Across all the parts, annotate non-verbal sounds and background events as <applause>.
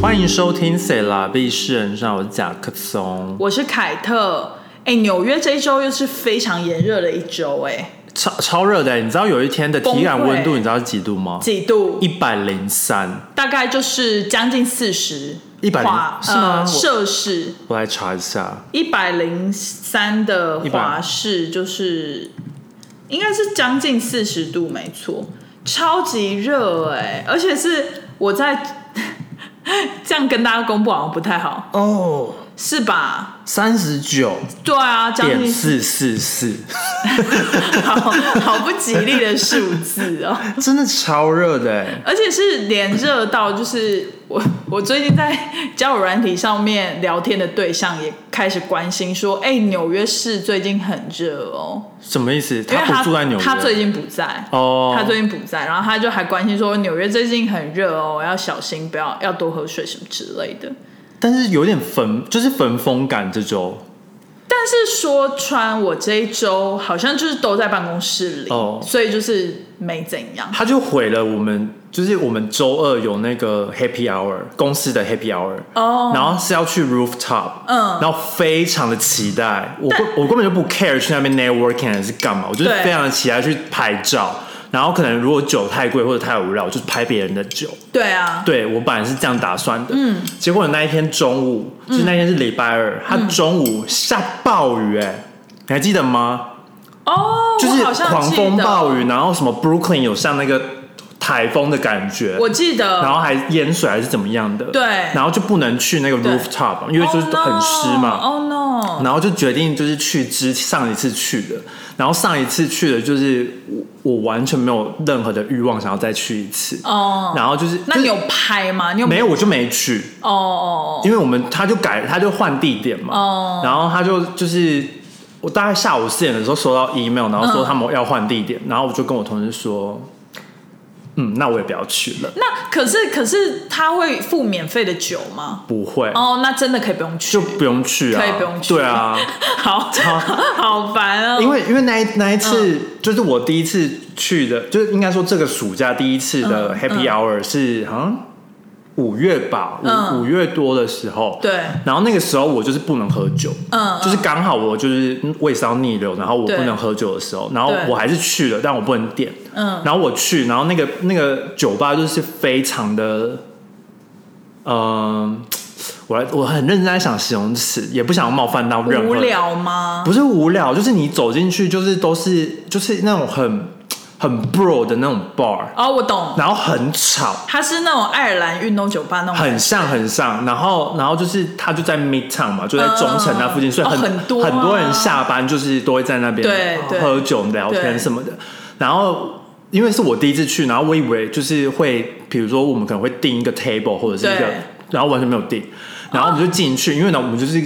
欢迎收听《塞拉必是人上》，我是甲克松，我是凯特。哎，纽约这一周又是非常炎热的一周，哎，超超热的、你知道有一天的体感温度崩溃你知道是几度吗？几度一？百零三，大概就是将近四十， 100华是吗呃我摄氏我来查一下，一百零三的100华氏就是应该是将近四十度，没错，超级热哎、而且是我在 <laughs> 这样跟大家公布好像不太好，哦，是吧？三十九对啊，将点近四四四，好好不吉利的数字哦。真的超热的、欸，而且是连热到，就是我我最近在交友软体上面聊天的对象也开始关心说，哎、纽约市最近很热哦，什么意思？因为不住在纽约，他最近不在。哦，他最近不在，然后他就还关心说纽约最近很热哦，要小心，不要要多喝水什么之类的。但是有点焚，就是焚风感这周但是说穿，我这一周好像就是都在办公室里，哦所以就是没怎样。他就毁了我们，就是我们周二有那个 Happy Hour 公司的 Happy Hour 哦然后是要去 Rooftop，嗯然后非常的期待，我根我根本就不 care 去那边 networking 还是干嘛，我就是对非常的期待去拍照，然后可能如果酒太贵或者太无聊，我就拍别人的酒，对啊，对我本来是这样打算的，嗯，结果那一天中午，就是那天是礼拜嗯二，他中午下暴雨、哎，你还记得吗？哦， <laughs> 就是我好像狂风记得暴雨，然后什么 Brooklyn 有像那个台风的感觉，我记得，然后还淹水还是怎么样的，对然后就不能去那个对 rooftop，因为就是很湿嘛。 Oh no！, oh no 然后就决定就是去之上一次去的，然后上一次去的就是我我完全没有任何的欲望想要再去一次，哦然后就是那就你是有拍吗？你有没有我就没去，哦哦哦，因为我们他就改，他就换地点嘛，哦然后他就就是我大概下午四点的时候收到 email，然后嗯说他们要换地点，然后我就跟我同事说，嗯，那我也不要去了，那可是可是他会付免费的酒吗？不会，哦，那真的可以不用去，就不用去啊，可以不用去对啊， <laughs> 好好烦哦。因为因为那一那一次、嗯就是我第一次去的，就是应该说这个暑假第一次的嗯 Happy Hour 是好像五月吧，五、嗯五月多的时候，对然后那个时候我就是不能喝酒，嗯就是刚好我就是胃烧逆流，然后我对不能喝酒的时候，然后对我还是去了，但我不能点，嗯，然后我去，然后那个那个酒吧就是非常的，嗯、我来我很认真在想形容词，也不想要冒犯到任何无人聊吗？不是无聊，就是你走进去就是都是就是那种很很 bro 的那种 bar，哦，我懂，然后很吵，他是那种爱尔兰运动酒吧那种哦感觉，很像很像，然后然后就是他就在 Midtown 嘛，就在中城那附近，嗯所以很、哦很多啊很多人下班就是都会在那边对对喝酒聊天对什么的。然后因为是我第一次去，然后我以为就是会，比如说我们可能会订一个 table 或者是一个对，然后完全没有订，然后我们就进去，因为呢我们就是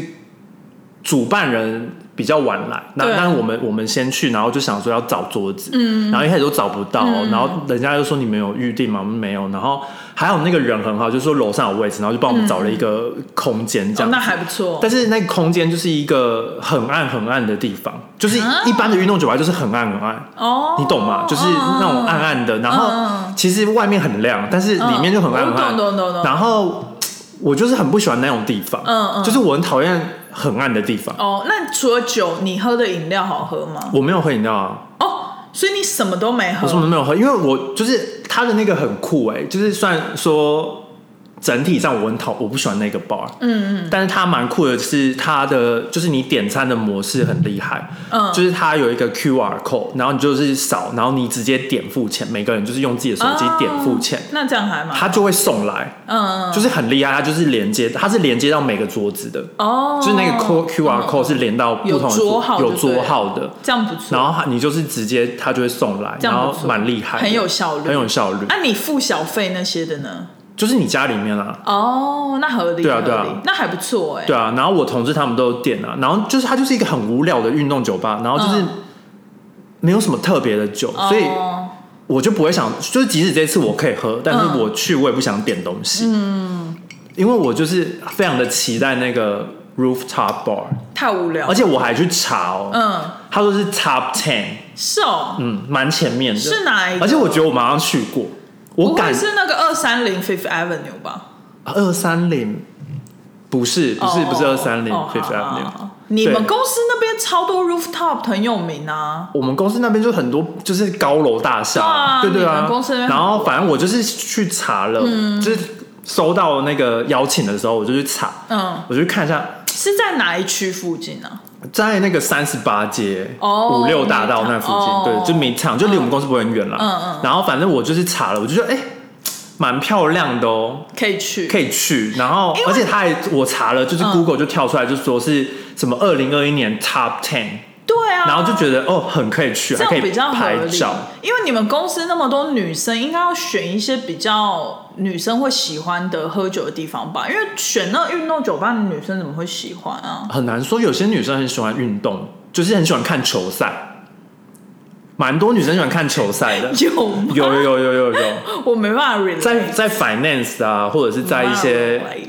主办人。比较晚来，那对但是我们我们先去，然后就想说要找桌子，嗯，然后一开始都找不到，嗯然后人家就说你们有预定吗？我们没有，然后还有那个人很好，就说楼上有位置，然后就帮我们找了一个空间这哦样，那还不错。但是那个空间就是一个很暗很暗的地方，就是一般的运动酒吧就是很暗很暗，哦，嗯你懂吗？就是那种暗暗的，然后其实外面很亮，但是里面就很暗很暗。嗯我懂懂懂懂然后我就是很不喜欢那种地方，嗯嗯就是我很讨厌很暗的地方。哦，那除了酒，你喝的饮料好喝吗？我没有喝饮料啊，哦，所以你什么都没喝我什么都没有嗯喝，因为我就是它的那个很酷哎、就是虽然说整体上我很讨我不喜欢那个 bar，嗯嗯，但是它蛮酷的是它的就是你点餐的模式很厉害，嗯就是它有一个 QR code，然后你就是扫，然后你直接点付钱，每个人就是用自己的手机点付钱，哦那这样还蛮它就会送来，嗯嗯就是很厉害，它就是连接，它是连接到每个桌子的，哦，就是那个 Q Q R code 是连到不同的有桌号就有对桌号的，这样不错。然后它你就是直接它就会送来，这然样不后错蛮厉害的，很有效率很有效率，那、你付小费那些的呢？就是你家里面啊，哦，那合理，对啊合理对啊那还不错哎、对啊，然后我同事他们都有点啊，然后就是它就是一个很无聊的运动酒吧，然后就是嗯没有什么特别的酒，哦所以我就不会想，就是即使这次我可以喝，但嗯是我去我也不想点东西，嗯，因为我就是非常的期待那个 rooftop bar，太无聊，而且我还去查哦，嗯，他说是 top ten，是哦，嗯，蛮前面的，是哪一个而且我觉得我马上去过，不我会感是那个二三零 Fifth Avenue 吧？二三零，不是不是不是哦二三零哦 Fifth 好好 Avenue，好你对们公司那边超多 rooftop 很有名啊。我们公司那边就很多就是高楼大厦，对啊对对你啊们公司那。边很嗯然后反正我就是去查了，就是收到那个邀请的时候，我就去查，嗯，我就去看一下，是在哪一区附近啊？在那个三十八街哦五六大道那附近，哦对，就米场，就离我们公司不会很远啦。嗯嗯然后反正我就是查了，我就觉得哎，蛮漂亮的哦，可以去，可以去。然后因为而且他还我查了，就是嗯 Google 就跳出来就说是什么二零二一年 Top Ten，对啊。然后就觉得哦很可以去，这还可以样比较合拍理照。，因为你们公司那么多女生，应该要选一些比较女生会喜欢的喝酒的地方吧？因为选那运动酒吧，女生怎么会喜欢啊？。很难说，有些女生很喜欢运动，就是很喜欢看球赛，蛮多女生喜欢看球赛的 <laughs> 有吗？有有有有有有，我没办法 relate，在在 finance 啊，或者是在一些 relate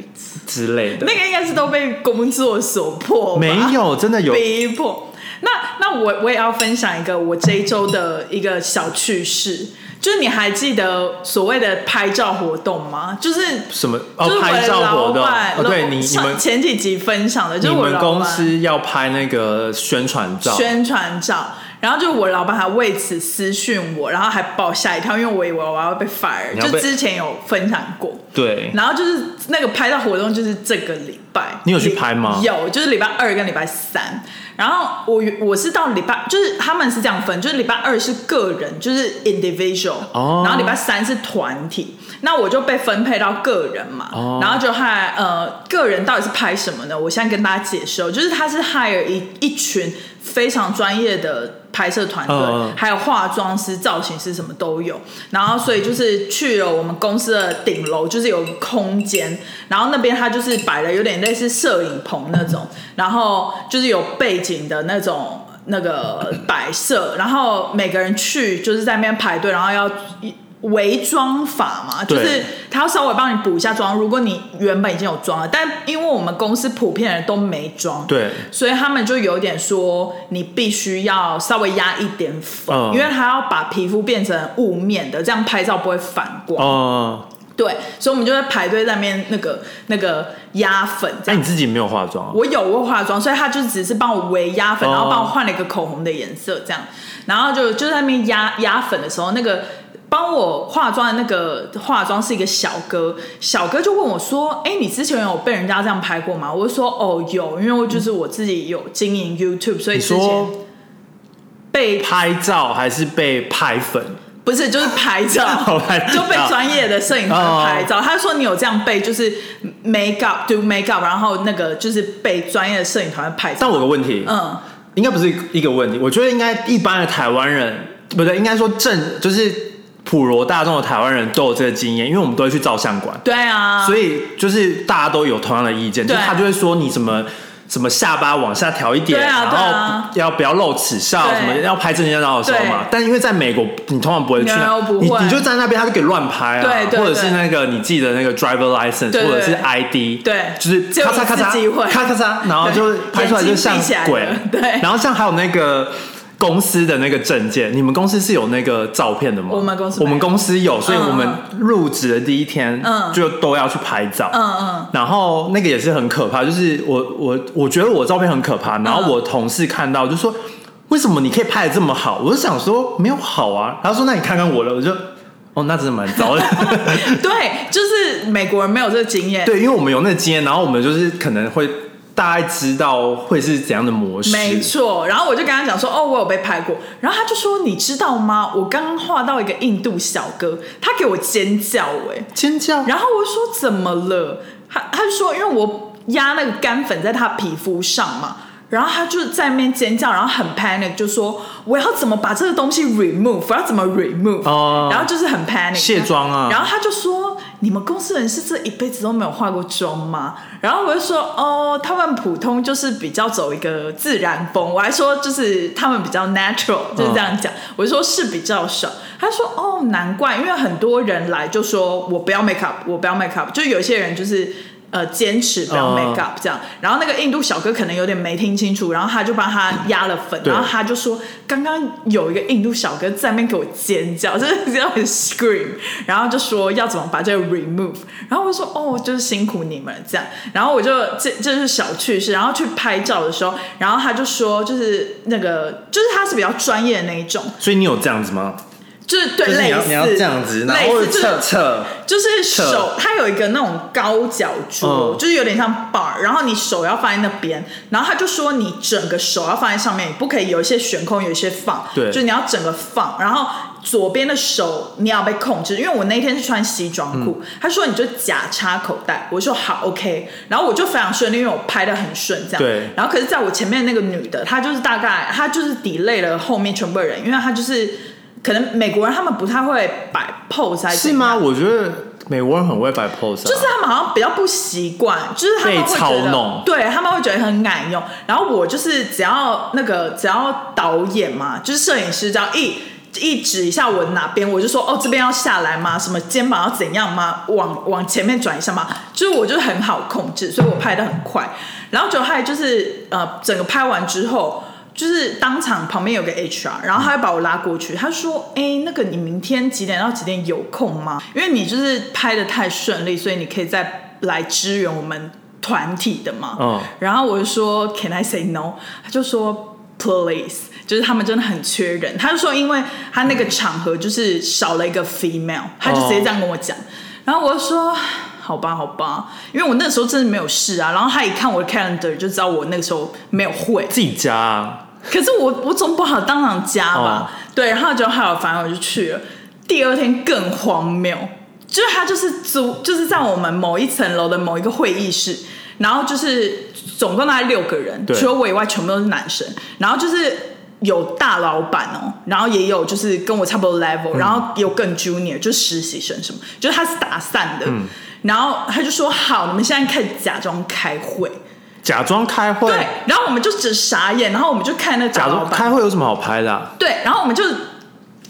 之类的那，个应该是都被工作所迫吧，没有，真的有。逼迫。那那我我也要分享一个我这一周的一个小趣事，就是你还记得所谓的拍照活动吗？就是什么哦就是？我拍的照老活动板哦，对你你上们前几集分享的，就你是我们老公板司要拍那个宣传照，宣传照，然后就我老板还为此私讯我，然后还把我吓一跳，因为我以为我要被 fire，你要就被之前有分享过。对，然后就是那个拍照活动，就是这个礼拜。你有去拍吗有，就是礼拜二跟礼拜三。然后我我是到礼拜，就是他们是这样分，就是礼拜二是个人，就是 individual，、哦然后礼拜三是团体。那我就被分配到个人嘛，哦然后就害呃个人到底是拍什么呢？我现在跟大家解释哦，就是他是 hire 一一群非常专业的拍摄团队，嗯嗯还有化妆师、造型师什么都有。然后所以就是去了我们公司的顶楼，就是有个空间，然后那边它就是摆了有点类似摄影棚那种，然后就是有背景的那种。那个摆设，然后每个人去就是在那边排队，然后要伪装法嘛，就对是他要稍微帮你补一下妆。如果你原本已经有妆了，但因为我们公司普遍人都没妆，对所以他们就有点说，你必须要稍微压一点粉，嗯因为他要把皮肤变成雾面的，这样拍照不会反光。哦，对，所以我们就会排队在那边那个那个压粉这那样。你自己没有化妆啊？我有我有化妆，所以他就只是帮我微压粉，哦然后帮我换了一个口红的颜色这样，然后就就在那边压压粉的时候，那个帮我化妆的那个化妆是一个小哥，小哥就问我说：“哎、你之前有被人家这样拍过吗？”我就说：“哦，有，因为我就是我自己有经营 YouTube，所以你之前说被拍照还是被拍粉？不是就是拍照 <laughs> 好拍照哦就被专业的摄影师拍照。他说你有这样被就是 make up do make up，然后那个就是被专业的摄影团拍但照。我有个问题，嗯，应该不是一个问题，我觉得应该一般的台湾人，不对，应该说正就是普罗大众的台湾人都有这个经验，因为我们都会去照相馆，对啊，所以就是大家都有同样的意见，就对是他就会说你什么。什么下巴往下调一点，对啊然对后啊要不要露齿笑，对什么要拍证件照的时候嘛对。但因为在美国，你通常不会去那 No，不你会你就在那边，他就给乱拍啊，对对或者是那个你记得那个 driver license 对对或者是 ID，对就是只有咔嚓一咔次嚓机会咔嚓嚓，然后就对拍出来就像眼睛闭起来鬼了，对然后像还有那个。公司的那个证件，你们公司是有那个照片的吗？我们公司没有我们公司有，所以嗯我们入职的第一天，嗯就都要去拍照，嗯嗯，然后那个也是很可怕，就是我我我觉得我照片很可嗯怕，然后我同事看到就说：“为什么你可以拍的这么好？”我就想说没有好啊，他说：“那你看看我了。”我就哦，那真的蛮糟的。 <laughs> 对，就是美国人没有这个经验。对，因为我们有那个经验，然后我们就是可能会大概知道会是怎样的模式。没错，然后我就跟他讲说，哦，我有被拍过，然后他就说，你知道吗？我刚刚画到一个印度小哥，他给我尖叫、哎，尖叫，然后我说怎么了？他他就说因为我压那个干粉在他皮肤上嘛，然后他就在那边尖叫，然后很 panic，就说我要怎么把这个东西 remove，我要怎么 remove，、哦然后就是很 panic 卸妆啊然后他就说你们公司人是这一辈子都没有化过妆吗？然后我就说哦，他们普通就是比较走一个自然风，我还说就是他们比较 natural，就是这样讲。我就说是比较少，他说哦，难怪，因为很多人来就说我不要 make up，我不要 make up，就有些人就是。呃坚持不要哦 make up 这样。然后那个印度小哥可能有点没听清楚，然后他就帮他压了粉，对然后他就说刚刚有一个印度小哥在那边给我尖叫，就是这样很 scream，然后就说要怎么把这个 remove，然后我就说哦，就是辛苦你们了这样。然后我就这这是小趣事，然后去拍照的时候，然后他就说就是那个就是他是比较专业的那一种，所以你有这样子吗？就是对就是你类要似你要这样子，然类后似就是侧侧，就是手，它有一个那种高脚桌，嗯就是有点像 bar，然后你手要放在那边，然后他就说你整个手要放在上面，你不可以有一些悬空，有一些放，对就是你要整个放，然后左边的手你要被控制，因为我那天是穿西装嗯裤，他说你就假插口袋，我说好 OK，然后我就非常顺利，因为我拍的很顺这样，对然后可是在我前面那个女的，她就是大概她就是 delay 了后面全部的人，因为她就是。可能美国人他们不太会摆 pose 还是怎样吗？我觉得美国人很会摆 pose，、啊、就是他们好像比较不习惯，就是他们会被觉操得，弄对他们会觉得很矮用。然后我就是只要那个只要导演嘛，就是摄影师只要一一指一下我哪边，我就说哦这边要下来吗？什么肩膀要怎样吗？往往前面转一下吗？就是我就是很好控制，所以我拍的很快。然后就还就是呃整个拍完之后。就是当场旁边有个 HR，然后他就把我拉过去，他说：“哎、那个你明天几点到几点有空吗？因为你就是拍的太顺利，所以你可以再来支援我们团体的嘛。”嗯然后我就说 Can I say no？他就说 Please，就是他们真的很缺人。他就说，因为他那个场合就是少了一个 female，他就直接这样跟我讲。然后我就说。好吧，好吧，因为我那时候真的没有事啊。然后他一看我的 calendar 就知道我那个时候没有会，自己家、啊，可是我我总不好当场加哦吧？对，然后就还有，反正我就去了。第二天更荒谬，就是他就是租，就是在我们某一层楼的某一个会议室，然后就是总共大概六个人，对除了我以外全部都是男生，然后就是。有大老板哦，然后也有就是跟我差不嗯多 level，、然后有更 junior，就是实习生什么，就是他是打散的。嗯然后他就说：“好，你们现在开始假装开会。假装开会，对，然后我们就只傻眼，然后我们就看那假大老装板开会有什么好拍的啊、对，然后我们就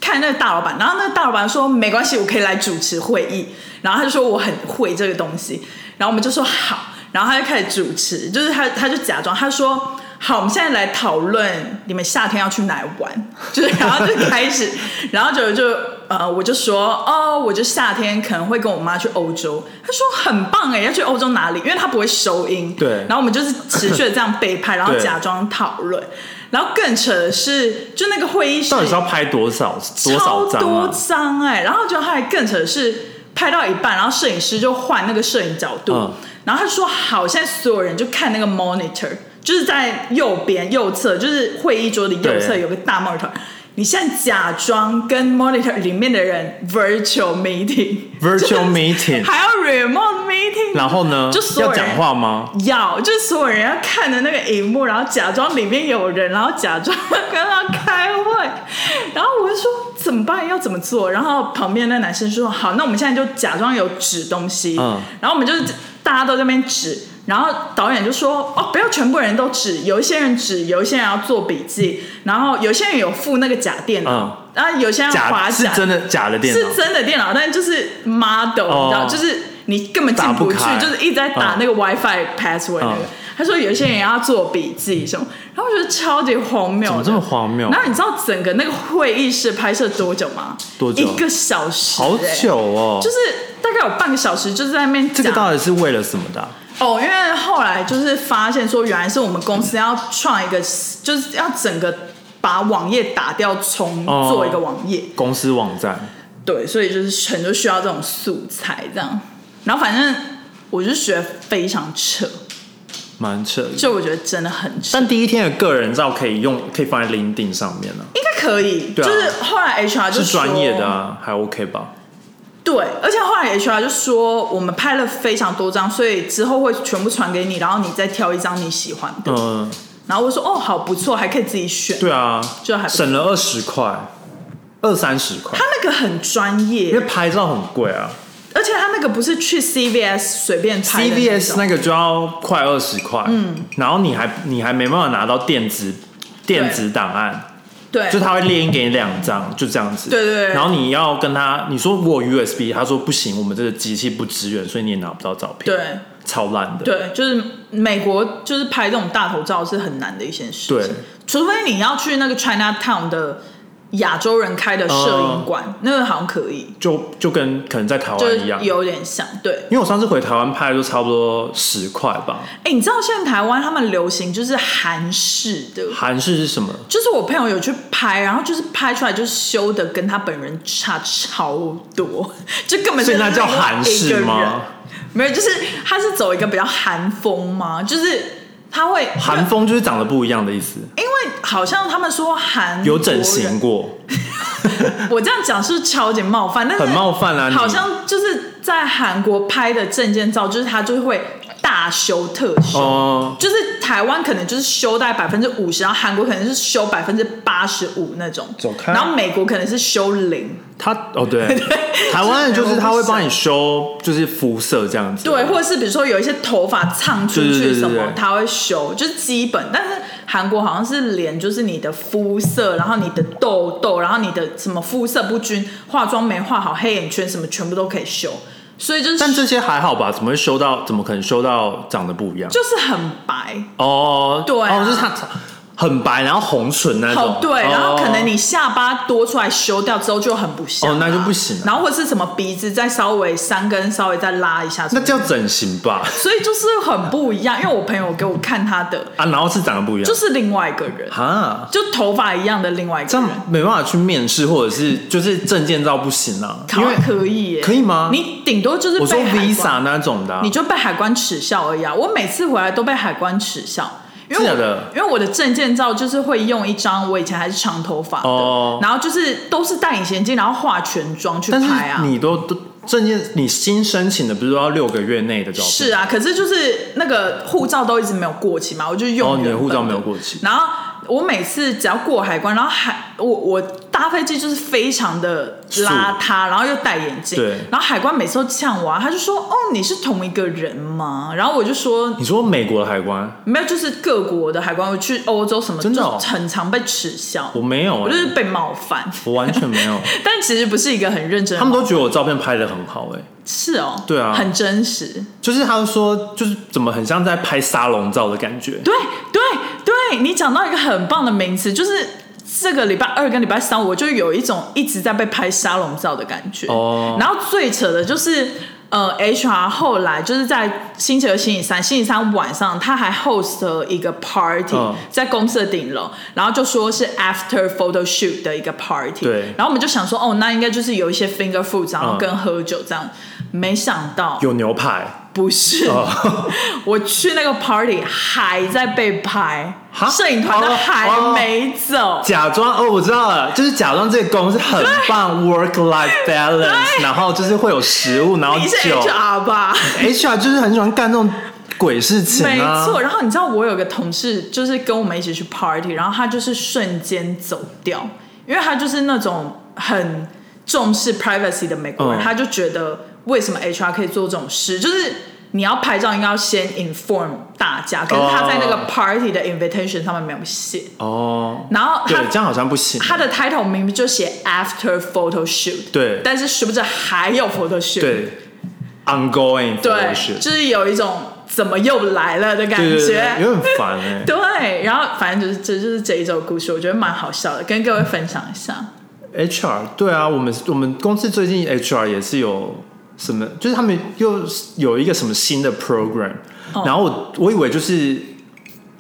看那个大老板，然后那个大老板说没关系，我可以来主持会议，然后他就说我很会这个东西，然后我们就说好，然后他就开始主持，就是他他就假装他说。好，我们现在来讨论你们夏天要去哪里玩， <laughs> 就是然后就开始，然后就就呃，我就说哦，我就夏天可能会跟我妈去欧洲。他说很棒哎，要去欧洲哪里？因为他不会收音，对然后我们就是持续的这样被拍，然后对假装讨论。然后更扯的是，就那个会议室到底是要拍多少多超少张多啊？张哎、然后就还更扯的是拍到一半，然后摄影师就换那个摄影角度，嗯然后他说好，现在所有人就看那个 monitor，就是在右边右侧，就是会议桌的右侧对有个大 monitor。你现在假装跟 monitor 里面的人 virtual meeting， Virtual 就是 meeting 还要 remote meeting，然后呢就？哎所有要人讲话吗？要，就是所有人要看的那个荧幕，然后假装里面有人，然后假装跟他开会，然后我就说怎么办，要怎么做？然后旁边那男生说好，那我们现在就假装有指东西，嗯然后我们就是大家都在那边指，然后导演就说哦，不要全部人都指，有一些人指，有一些人要做笔记，然后有些人有附那个假电脑，然后有些人要滑嗯假是翔真的假的电脑是，真的电脑，但就是 model，、哦你知道，就是你根本进打不去，开就是一直在打嗯那个 WiFi password 那个。嗯他说有些人要做笔记什么，然后我觉得超级荒谬的，怎么这么荒谬然后你知道整个那个会议室拍摄多久吗？多久一个小时、好欸久哦。就是大概有半个小时，就是在那边这个讲到底是为了什么的啊、哦，因为后来就是发现说，原来是我们公司要创一个，就是要整个把网页打掉，重哦做一个网页。公司网站对，所以就是很多需要这种素材这样。然后反正我就觉得非常扯，蛮扯的。就我觉得真的很扯，但第一天的个人照可以用，可以放在 LinkedIn 上面啊，应该可以。对啊就是后来 HR 就是说专业的啊，还 OK 吧？对，而且后来 HR 就说我们拍了非常多张，所以之后会全部传给你，然后你再挑一张你喜欢的。嗯，然后我说哦，好不错，还可以自己选。对啊，就还不错省了二十块，二三十块他，那个很专因业，为拍照很贵啊。而且他那个不是去 CVS 随便拍的那 CVS 种那个就要快二十块，嗯，然后你还你还没办法拿到电子电子档案，对，就他会列印给你两张，就这样子。对对对然后你要跟他，你说我有 USB，他说不行，我们这个机器不支援，所以你也拿不到照片。对，超烂的。对，就是美国就是拍这种大头照是很难的一件事情，对除非你要去那个 China Town 的亚洲人开的摄影馆，那个好像可以，就就跟可能在台嗯哦就湾一是样，有点像。对，因为我上次回台湾拍就差不多十块吧。哎，你知道现在台湾他们流行就是韩式的。韩式是什么？就是我朋友有去拍，然后就是拍出来就是修的跟他本人差超多， <laughs> 就根本所是以那叫另外韩一式个人吗？没有，就是他是走一个比较韩风嘛，就是他会韩风就是长得不一样的意思，因为好像他们说韩有国人整形，过，我这样讲是不是超级冒犯，但是很冒犯啊！你好像就是在韩国拍的证件照，就是他就会大修特修。哦，就是台湾可能就是修大概百分之五十，然后韩国可能是修百分之八十五那种走，开然后美国可能是修零，他哦 <laughs> 对，台湾人就是他会帮你修，就是肤色这样子。对，或者是比如说有一些头发烫出啊对对去对什对么对，他会修，就是基本。但是韩国好像是连就是你的肤色，然后你的痘痘，然后你的什么肤色不均，化妆没化好，黑眼圈什么全部都可以修，所以就是但这些还好吧？怎么会修到？怎么可能修到长得不一样？就是很白，哦，对啊哦，就是他很白，然后红唇那种好，对，哦然后可能你下巴多出来修掉之后就很不像啊、哦那就不行了然后或者是什么鼻子再稍微三根稍微再拉一下，那叫整形 <laughs> 吧？所以就是很不一样。因为我朋友给我看他的，啊，然后是长得不一样，就是另外一个人，哈，就头发一样的另外一这个人，样没办法去面试，或者是就是证件照不行啊，好因像为可以耶，可以吗你顶多就是我被说海关 Visa 那种的啊、你就被海关耻笑而已啊！我每次回来都被海关耻笑，因为真我的假的因为我的证件照就是会用一张我以前还是长头发的，哦然后就是都是戴隐形眼镜，然后化全妆去但拍啊是。你都都证件，你新申请的不是都要六个月内的照片？是啊，可是就是那个护照都一直没有过期嘛，我就用哦你的原本护照没有过期然后我每次只要过海关，然后海我我搭飞机就是非常的邋遢，然后又戴眼镜，对然后海关每次都呛我、啊，他就说：“哦，你是同一个人吗？”然后我就说你说美国的海关，：“没有，就是各国的海关，我去欧洲什么，真的哦就是很常被耻笑，我没有、我就欸，是被冒犯。” <laughs> 我完全没有。但其实不是一个很认真的，他们都觉得我照片拍的很好、欸，是哦，对啊很真实，就是他们说，就是怎么很像在拍沙龙照的感觉。对对对，你讲到一个很棒的名词，就是这个礼拜二跟礼拜三，我就有一种一直在被拍沙龙照的感觉。哦然后最扯的就是。呃，HR 后来就是在星期二、星期三、星期三晚上，他还 host 了一个 party，、嗯在公司的顶楼，然后就说是 after photo shoot 的一个 party。对然后我们就想说，哦，那应该就是有一些 finger food，然嗯后跟喝酒这样。没想到有牛排，不是，哦 <laughs> <laughs> 我去那个 party 还在被拍哈，摄影团都还没走。假装哦，我知道了，就是假装这个公司很棒，work life balance，然后就是会有食物，然后你是酒 HR 吧？ ，HR 就是很喜欢干这种鬼事情没啊。错。然后你知道我有个同事，就是跟我们一起去 party，然后他就是瞬间走掉，因为他就是那种很重视 privacy 的美国嗯人，他就觉得为什么 HR 可以做这种事，就是。你要拍照，应该要先 inform 大家。可是他在那个哦 party 的 invitation 上面没有写，哦，然后对他，这样好像不行。他的 title 明明就写 after photo shoot，对但是殊不知还有 photo shoot，对，ongoing 对 fellowship 就是有一种怎么又来了的感对对觉对，。 <laughs> 有点烦哎、对，然后反正就是这就是这一周的故事，我觉得蛮好笑的，跟各位分享一下。 HR 对啊，我们我们公司最近 HR 也是有什么，就是他们又有一个什么新的 program，、哦然后我我以为就是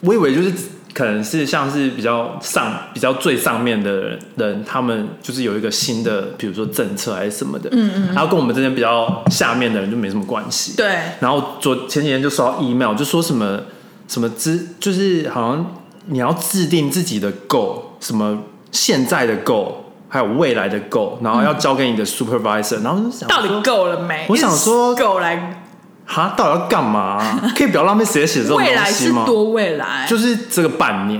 我以为就是可能是像是比较上比较最上面的人人，他们就是有一个新的，比如说政策还是什么的，嗯嗯，然后跟我们这些比较下面的人就没什么关系，对，然后昨前几天就收到 email，就说什么什么制，就是好像你要制定自己的 goal，什么现在的 goal，还有未来的 goal，然后要交给你的 supervisor，、然后就想到底说够了没？我想说够来，哈，到底要干嘛、可以不要浪费时间写这种未东来西是吗？多未来？就是这个半年，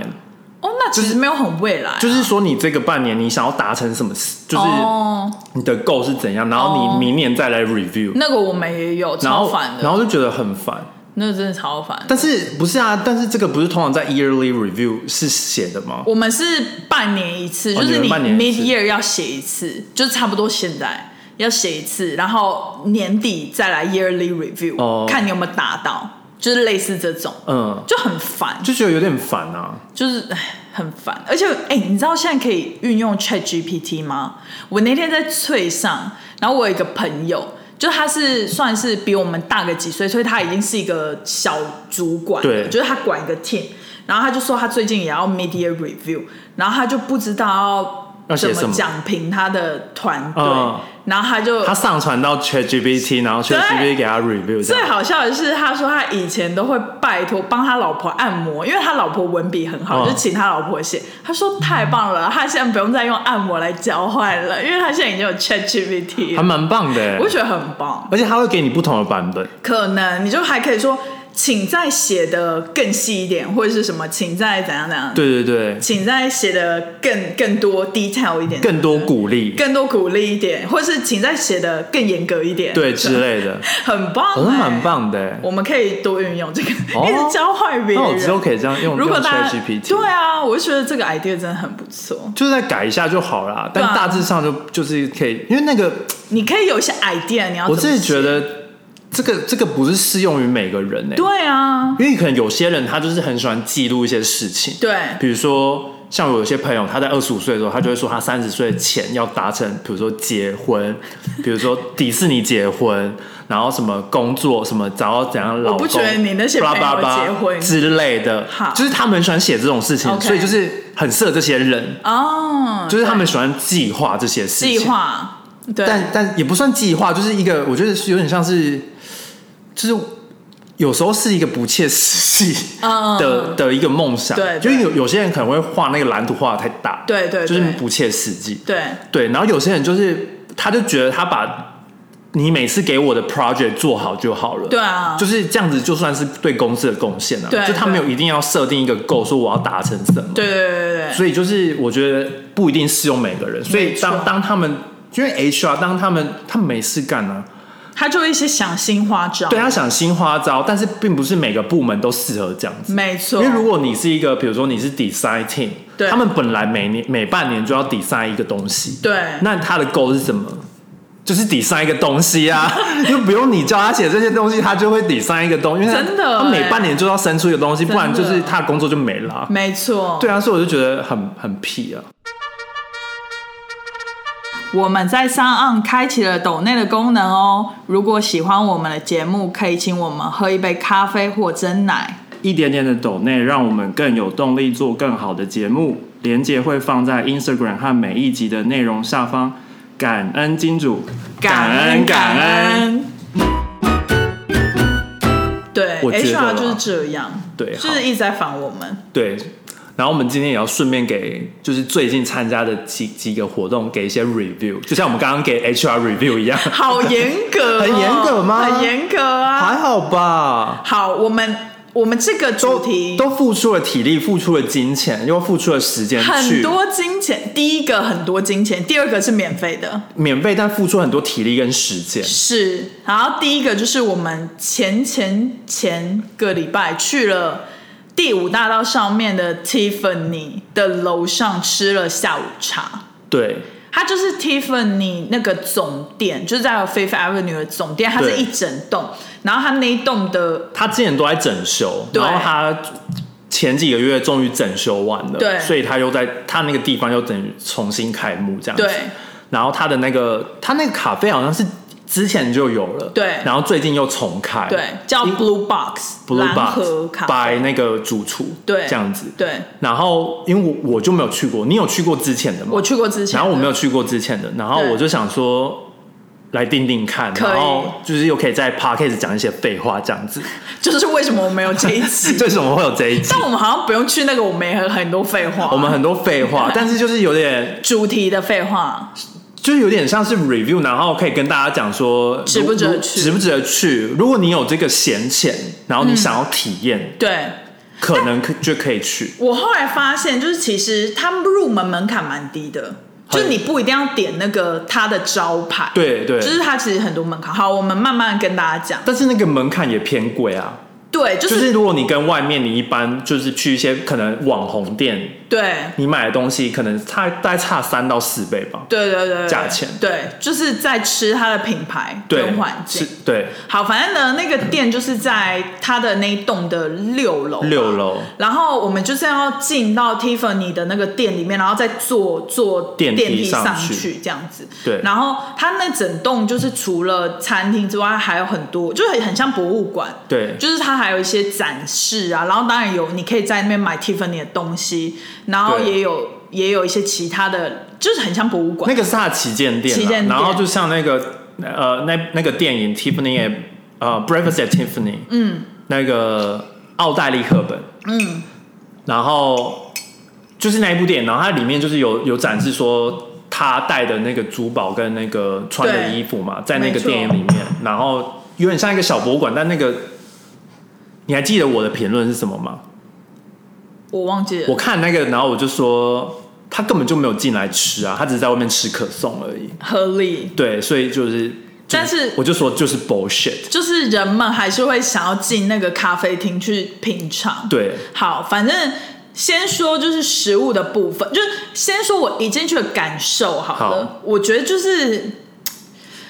哦，那其实没有很未来啊、就是说你这个半年你想要达成什么事，就是哦，你的 goal 是怎样，然后哦你明年再来 review，、那个我们也有然超后烦然的，后就觉得很烦。那个真的超烦。但是不是啊？但是这个不是通常在 yearly review 是写的吗？我们是半年一次，哦就是你们你半年一 mid 次 year 要写一次，就是差不多现在。要写一次，然后年底再来 yearly review，、哦看你有没有达到，就是类似这种，嗯，就很烦，就觉得有点烦啊。就是唉很烦。而且，哎、你知道现在可以运用 Chat GPT 吗？我那天在翠上，然后我有一个朋友，就他是算是比我们大个几岁，所以他已经是一个小主管了，对就是他管一个 team。然后他就说他最近也要 media review，然后他就不知道要写怎什么讲评他的团队，嗯然后他就他上传到 ChatGPT，然后 ChatGPT 给他 review 这最样。好笑的是，他说他以前都会拜托帮他老婆按摩，因为他老婆文笔很好，嗯就请他老婆写。他说太棒了，他现在不用再用按摩来交换了，因为他现在已经有 Chat GPT 还了，蛮棒的欸我，觉得很棒。而且他会给你不同的版本。可能你就还可以说，请再写的更细一点，或者是什么，请再怎样怎样，对对对，请再写的更更多 detail 一点，更多鼓励，更多鼓励一点，或者是请再写的更严格一点，对之，类的，很棒、欸，好像蛮棒的欸。我们可以多运用这个，哦一直教坏别人。那我之后可以这样用如用果大家 ChatGPT，对啊，我就觉得这个 idea 真的很不错。就是再改一下就好啦。对啊但大致上就就是可以，因为那个你可以有一些 idea，你要我怎自么己觉写得这个这个不是适用于每个人诶，对啊，因为可能有些人他就是很喜欢记录一些事情，对比如说，像我有些朋友，他在二十五岁的时候，他就会说他三十岁前要达成，比如说结婚，比如说迪士尼结婚，然后什么工作，什么找到怎样老公，不觉得你那些朋友 blah blah blah 结婚之类的好，就是他们很喜欢写这种事情 OK 所以就是很适合这些人，哦，就是他们喜欢计划这些事情。计，划，对，但但也不算计划，就是一个我觉得是有点像是，就是有时候是一个不切实际。嗯，的的一个梦想，对就对是有有些人可能会画那个蓝图画的太大，对对对就是不切实际，对，对。然后有些人就是他就觉得他把你每次给我的 project 做好就好了，对啊就是这样子就算是对公司的贡献了、对就他没有对一定要设定一个 goal 说我要达成什么，对对对对对，所以就是我觉得不一定适用每个人，所以没错当当他们因为 HR 当他们他们没事干啊，他就会一些想新花招，对他啊想新花招，但是并不是每个部门都适合这样子。没错，因为如果你是一个，比如说你是 design team，对他们本来每年每半年就要 design 一个东西，对那他的 goal 是什么？就是 design 一个东西啊， <laughs> 就不用你教他写这些东西，他就会 design 一个东西。因为他真的他每欸半年就要生出一个东西，不然真就的是他的工作就没了啊、没错，对啊，所以我就觉得很很屁啊。我们在上岸开启了抖内的功能哦。如果喜欢我们的节目，可以请我们喝一杯咖啡或蒸奶。一点点的抖内，让我们更有动力做更好的节目。连接会放在 Instagram 和每一集的内容下方。感恩金主，感恩。对我觉得啦，HR 就是这样，对就好是一直在烦我们。对，然后我们今天也要顺便给，就是最近参加的几几个活动给一些 review，就像我们刚刚给 HR review <laughs> 一样，好严格哦、 <laughs> 很严格吗很严格还啊！好吧？好，我们我们这个主题都付出了体力，付出了金钱，又付出了时间去，很多金钱，第一个很多金钱，第二个是免费的。免费，但付出很多体力跟时间。是，然后第一个就是我们前前前个礼拜去了第五大道上面的 Tiffany 的楼上吃了下午茶。对，它就是 Tiffany 那个总店，就是在 Fifth Avenue 的总店，它是对一整栋，然后它那一栋的他之前都在整修，对然后他前几个月终于整修完了，对所以他又在他那个地方又等于重新开幕这样子。对，然后他的那个他那个咖啡好像是之前就有了，对然后最近又重开，对叫 Blue Box Blue 蓝河 Box 咖啡 by 那个主厨，对这样子。对，然后因为我我就没有去过，你有去过之前的吗？我去过之前，然后我没有，去过之前的，然后对我就想说来定定看，可以然后就是又可以在 podcast 讲一些废话这样子， <laughs> 就是为什么我没有这一集？为什么会有这一集但？我们好像不用去那个，我们也很很多废话，我们很多废 <laughs> 话，但是就是有点，主题的废话，就是有点像是 review，然后可以跟大家讲说值不值得去如值不值得去。如果你有这个闲钱，然后你想要体验，对。可能可就可以去。我后来发现，就是其实他们入门门槛蛮低的，很就是你不一定要点那个它的招牌，，对对，就是它其实很多门槛。好，我们慢慢跟大家讲。但是那个门槛也偏贵啊。对，就就、是是如果你跟外面你一般就是去一些可能网红店，对你买的东西可能差大概差三到四倍吧。对对对，对价钱对，就是在吃它的品牌对跟环，境是。对，好，反正呢，那个店就是在它的那一栋的六楼吧，六楼然后我们就是要进到 Tiffany 的那个店里面，然后再坐坐电梯梯上去去这样子。对然后它那整栋就是除了餐厅之外，还有很多，就很很像博物馆。对就是它还有一些展示啊，然后当然有你可以在那边买 Tiffany 的东西，然后对也有也有一些其他的，就是很像博物馆。那个是他的旗舰店啊、旗舰店然后就像那个呃，那那个电影 Tiffany at- 呃 Breakfast at Tiffany，嗯，那个奥黛丽赫本，嗯，然后就是那一部电影，然后它里面就是有有展示说他戴的那个珠宝跟那个穿的对衣服嘛，在那没个错电影里面，然后有点像一个小博物馆，但那个。你还记得我的评论是什么吗？我忘记我了，看那个，然后我就说他根本就没有进来吃啊，他只是在外面吃可颂而已。合理。对，所以就是，但是我就说就是 bullshit。就是人们还是会想要进那个咖啡厅去品尝。，对，好，反正先说就是食物的部分，就是先说我一进去的感受好了。好我觉得就是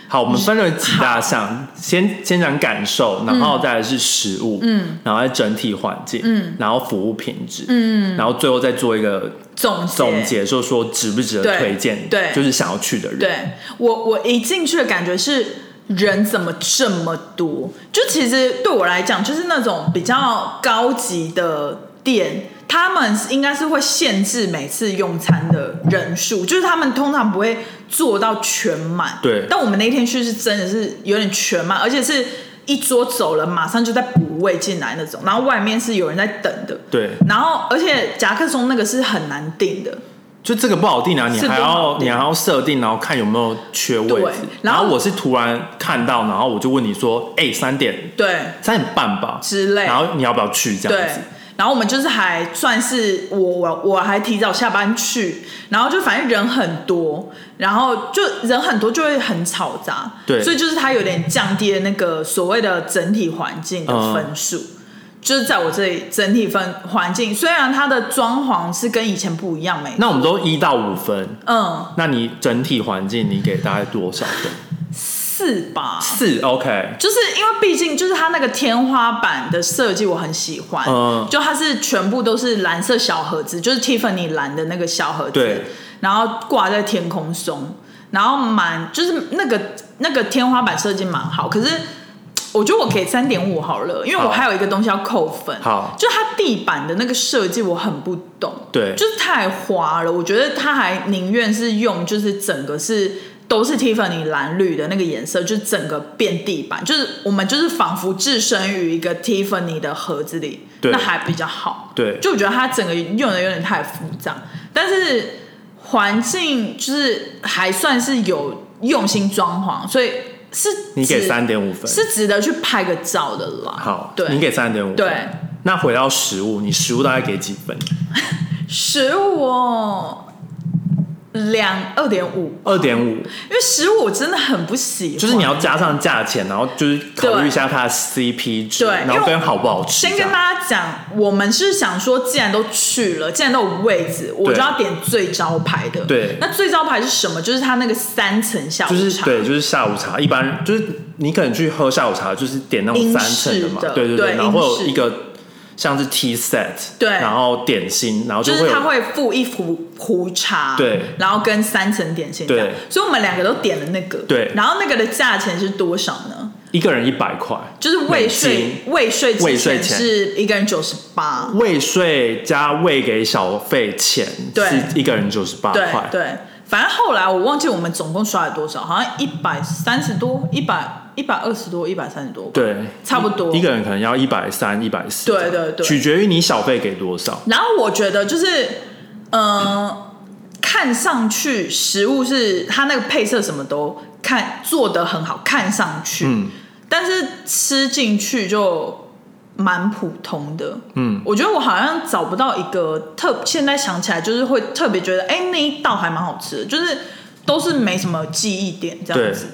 好，我们分了几大项，先先讲感受，然后再来是食物，嗯，然后再整体环境，嗯，然后服务品质，嗯，然后最后再做一个总结总结，就是说值不值对得推荐，对就是想要去的人，对我，我一进去的感觉是人怎么这么多？就其实对我来讲，就是那种比较高级的店。他们应该是会限制每次用餐的人数，就是他们通常不会做到全满。对但我们那天去是真的是有点全满，而且是一桌走了，马上就在补位进来那种，然后外面是有人在等的。对然后而且夹克松那个是很难定的，就这个不好定啊，你是还不好要定你还要设定，然后看有没有缺位对置。然然后后我是突然看到，然后我就问你说，哎、三点对，三点半吧之类然后你要不要去这样对子？，然后我们就是还算是我我我还提早下班去，然后就反正人很多，然后就人很多就会很嘈杂，对所以就是它有点降低了那个所谓的整体环境的分数。嗯就是在我这里整体分环境，虽然它的装潢是跟以前不一样，没那我们都一到五分，嗯那你整体环境你给大概多少分？四吧，四，OK，就是因为毕竟就是它那个天花板的设计我很喜欢，嗯就它是全部都是蓝色小盒子，就是 Tiffany 蓝的那个小盒子对，然后挂在天空中，然后蛮就是那个那个天花板设计蛮好，可是。我觉得我给三点五好了，因为我好还有一个东西要扣分。好就它地板的那个设计我很不懂，对就是太花了。我觉得它还宁愿是用，就是整个是都是 Tiffany 蓝绿的那个颜色，就是整个变地板，就是我们就是仿佛置身于一个 Tiffany 的盒子里，对那还比较好。对就我觉得它整个用的有点太复杂，但是环境就是还算是有用心装潢，所以是你给值三点五分，是值得去拍个照的啦。好，对，你给三点五，对。那回到食物，你食物大概给几分？食物哦，两二点五，二点五，因为食物我真的很不喜欢，就是你要加上价钱，然后就是考虑一下它的 CP 值，对然后跟好不好吃。先这跟样大家讲，我们是想说，既然都去了，既然都有位置，我就要点最招牌的。对那最招牌是什么？就是它那个三层下午茶，就是对，就是下午茶，一般就是你可能去喝下午茶，就是点那种三层嘛英式的，对对对，然后英会式有一个像是 tea set，对然后点心，然后就是会它有会附一壶壶茶，对然后跟三层点心这样对所以我们两个都点了那个，对然后那个的价钱是多少呢？一个人一百块，就是未税，未税之未税前前是一个人九十八，未税加未给小费钱对是一个人九十八对块，对，反正后来我忘记我们总共刷了多少，好像一百三十多，一百一百二十多，一百三十多。，对，差不多一个人可能要一百三、一百四，对对对取决于你小费给多少。然后我觉得就是，呃，看上去食物是它那个配色什么都看做的很好，看上去，嗯但是吃进去就蛮普通的。嗯，我觉得我好像找不到一个特，现在想起来就是会特别觉得，哎、那一道还蛮好吃的，就是都是没什么记忆点这样对子。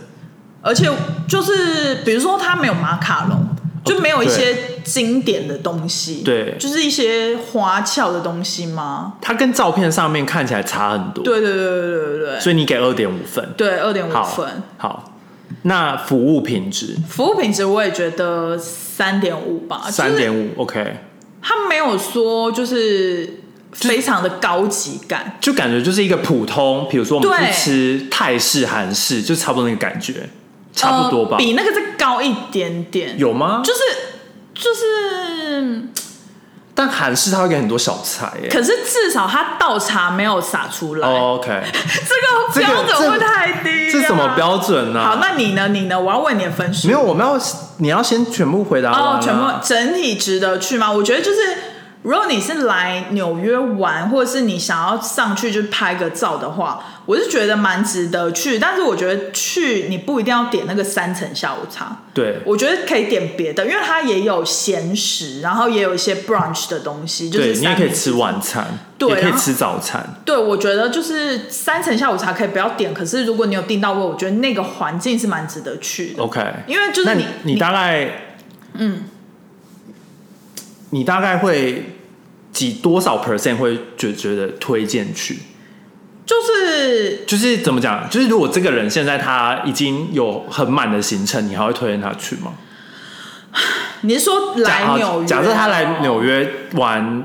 而且就是比如说它没有马卡龙，就没有一些经典的东西，哦对就是一些花俏的东西吗？它跟照片上面看起来差很多，对对对对对对对，所以你给二点五分，对二点五好分。好，那服务品质服务品质我也觉得三点五吧，三啊就是点五，OK，他没有说就是非常的高级感，就感觉就是一个普通，比如说我们对去吃泰式、韩式，就差不多那个感觉，差不多吧？呃比那个再高一点点，有吗？就是就是，但韩式它会给很多小菜耶。可是至少他倒茶没有洒出来，哦 OK，这个标这准个会太低、啊这什么？标准呢、好，那你呢？你呢？我要问你的分数。没有，我们要你要先全部回答完啊、哦，全部整体值得去吗？我觉得就是，如果你是来纽约玩，或者是你想要上去就拍个照的话，我是觉得蛮值得去。但是我觉得去你不一定要点那个三层下午茶，对我觉得可以点别的，因为它也有咸食，然后也有一些 brunch 的东西，就是对，你也三可以明吃晚餐，对也可然以后吃早餐，对，我觉得就是三层下午茶可以不要点，可是如果你有订到位，我觉得那个环境是蛮值得去的。 OK。因为就是哦那你你大概嗯，你大概会几多少 percent 会觉觉得推荐去？就是就是怎么讲？就是如果这个人现在他已经有很满的行程，你还会推荐他去吗？你是说假来好纽约，假设他来纽约玩